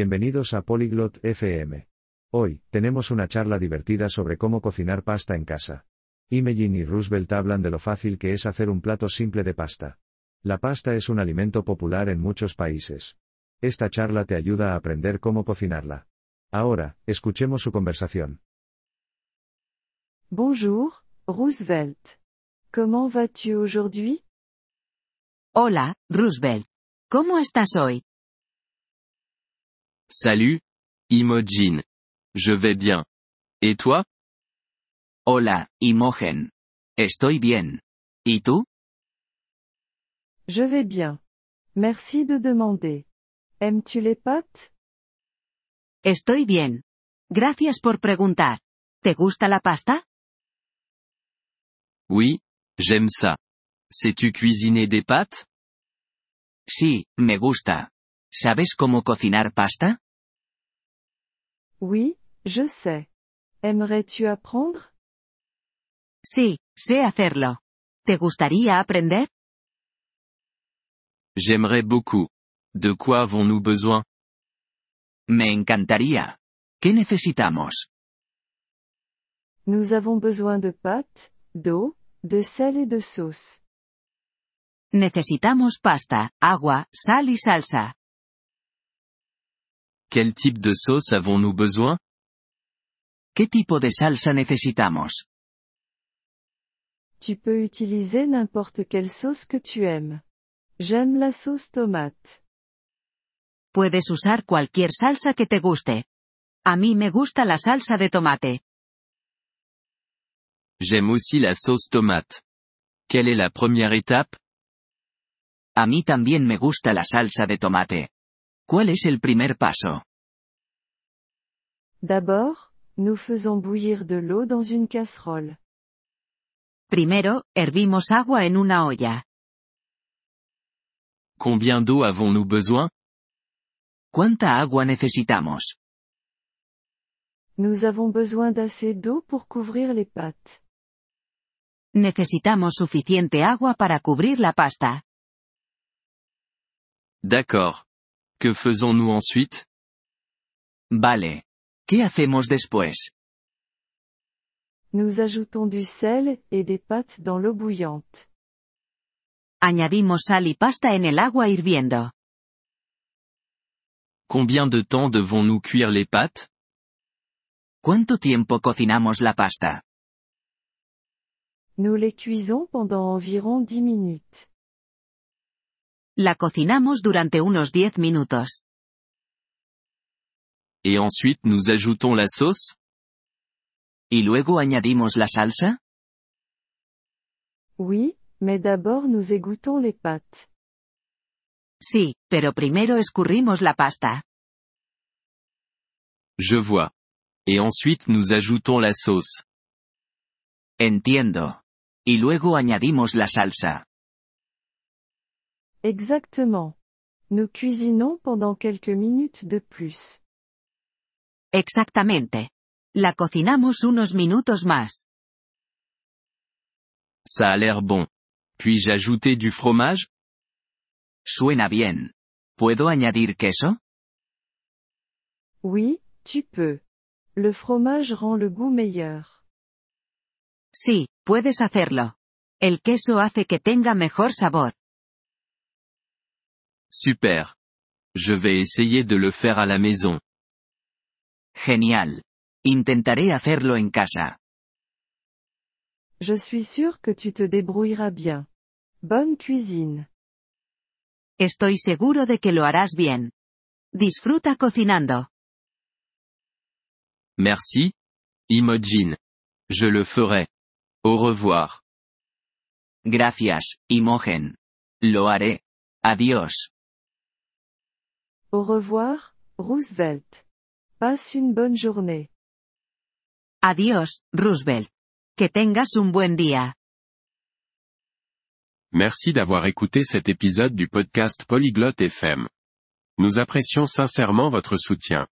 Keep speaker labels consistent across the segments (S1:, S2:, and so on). S1: Bienvenidos a Polyglot FM. Hoy, tenemos una charla divertida sobre cómo cocinar pasta en casa. Imogen y Roosevelt hablan de lo fácil que es hacer un plato simple de pasta. La pasta es un alimento popular en muchos países. Esta charla te ayuda a aprender cómo cocinarla. Ahora, escuchemos su conversación.
S2: Bonjour, Roosevelt. Comment vas-tu aujourd'hui?
S3: Hola, Roosevelt. ¿Cómo estás hoy?
S4: Salut, Imogen. Je vais bien. Et toi?
S3: Hola, Imogen. Estoy bien. ¿Y tú?
S2: Je vais bien. Merci de demander. Aimes-tu les pâtes?
S3: Estoy bien. Gracias por preguntar. ¿Te gusta la pasta?
S4: Oui, j'aime ça. Sais-tu cuisiner des pâtes?
S3: Sí, me gusta. ¿Sabes cómo cocinar pasta?
S2: Oui, je sais. Aimerais-tu apprendre?
S3: Sí, sé hacerlo. ¿Te gustaría aprender?
S4: J'aimerais beaucoup. De quoi avons-nous besoin?
S3: Me encantaría. ¿Qué necesitamos?
S2: Nous avons besoin de pâtes, d'eau, de sel et de sauce.
S3: Necesitamos pasta, agua, sal y salsa.
S4: Quel type de sauce avons-nous besoin?
S3: ¿Qué tipo de salsa necesitamos?
S2: Tu peux utiliser n'importe quelle sauce que tu aimes. J'aime la sauce tomate.
S3: Puedes usar cualquier salsa que te guste. A mí me gusta la salsa de tomate.
S4: J'aime aussi la sauce tomate. Quelle est la première étape?
S3: A mí también me gusta la salsa de tomate. ¿Cuál es el primer paso?
S2: D'abord, nous faisons bouillir de l'eau dans une casserole.
S3: Primero, hervimos agua en una olla.
S4: Combien d'eau avons-nous besoin?
S3: ¿Cuánta agua necesitamos?
S2: Nous avons besoin d'assez d'eau pour couvrir les pâtes.
S3: Necesitamos suficiente agua para cubrir la pasta.
S4: D'accord. Que faisons-nous ensuite?
S3: Vale. ¿Qué hacemos después?
S2: Nous ajoutons du sel et des pâtes dans l'eau bouillante.
S3: Añadimos sal y pasta en el agua hirviendo.
S4: Combien de temps devons-nous cuire les pâtes?
S3: ¿Cuánto tiempo cocinamos la pasta?
S2: Nous les cuisons pendant environ 10 minutes.
S3: La cocinamos durante unos 10 minutos.
S4: Et ensuite nous ajoutons la sauce?
S3: ¿Y luego añadimos la salsa?
S2: Oui, mais d'abord nous égouttons les pâtes.
S3: Sí, pero primero escurrimos la pasta.
S4: Je vois. Et ensuite nous ajoutons la sauce.
S3: Entiendo. Y luego añadimos la salsa.
S2: Exactement. Nous cuisinons pendant quelques minutes de plus.
S3: Exactamente. La cocinamos unos minutos más.
S4: Ça a l'air bon. Puis-je ajouter du fromage?
S3: Suena bien. ¿Puedo añadir queso?
S2: Oui, tu peux. Le fromage rend le goût meilleur.
S3: Sí, puedes hacerlo. El queso hace que tenga mejor sabor.
S4: Super. Je vais essayer de le faire à la maison.
S3: Genial. Intentaré hacerlo en casa.
S2: Je suis sûre que tu te débrouilleras bien. Bonne cuisine.
S3: Estoy seguro de que lo harás bien. Disfruta cocinando.
S4: Merci. Imogen. Je le ferai. Au revoir.
S3: Gracias, Imogen. Lo haré. Adiós.
S2: Au revoir, Roosevelt. Passe une bonne journée.
S3: Adiós, Roosevelt. Que tengas un buen día.
S5: Merci d'avoir écouté cet épisode du podcast Polyglotte FM. Nous apprécions sincèrement votre soutien.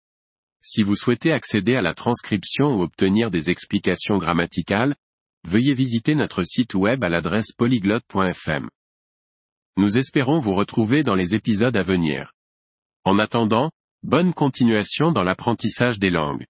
S5: Si vous souhaitez accéder à la transcription ou obtenir des explications grammaticales, veuillez visiter notre site web à l'adresse polyglotte.fm. Nous espérons vous retrouver dans les épisodes à venir. En attendant,
S4: Bonne continuation dans l'apprentissage des langues.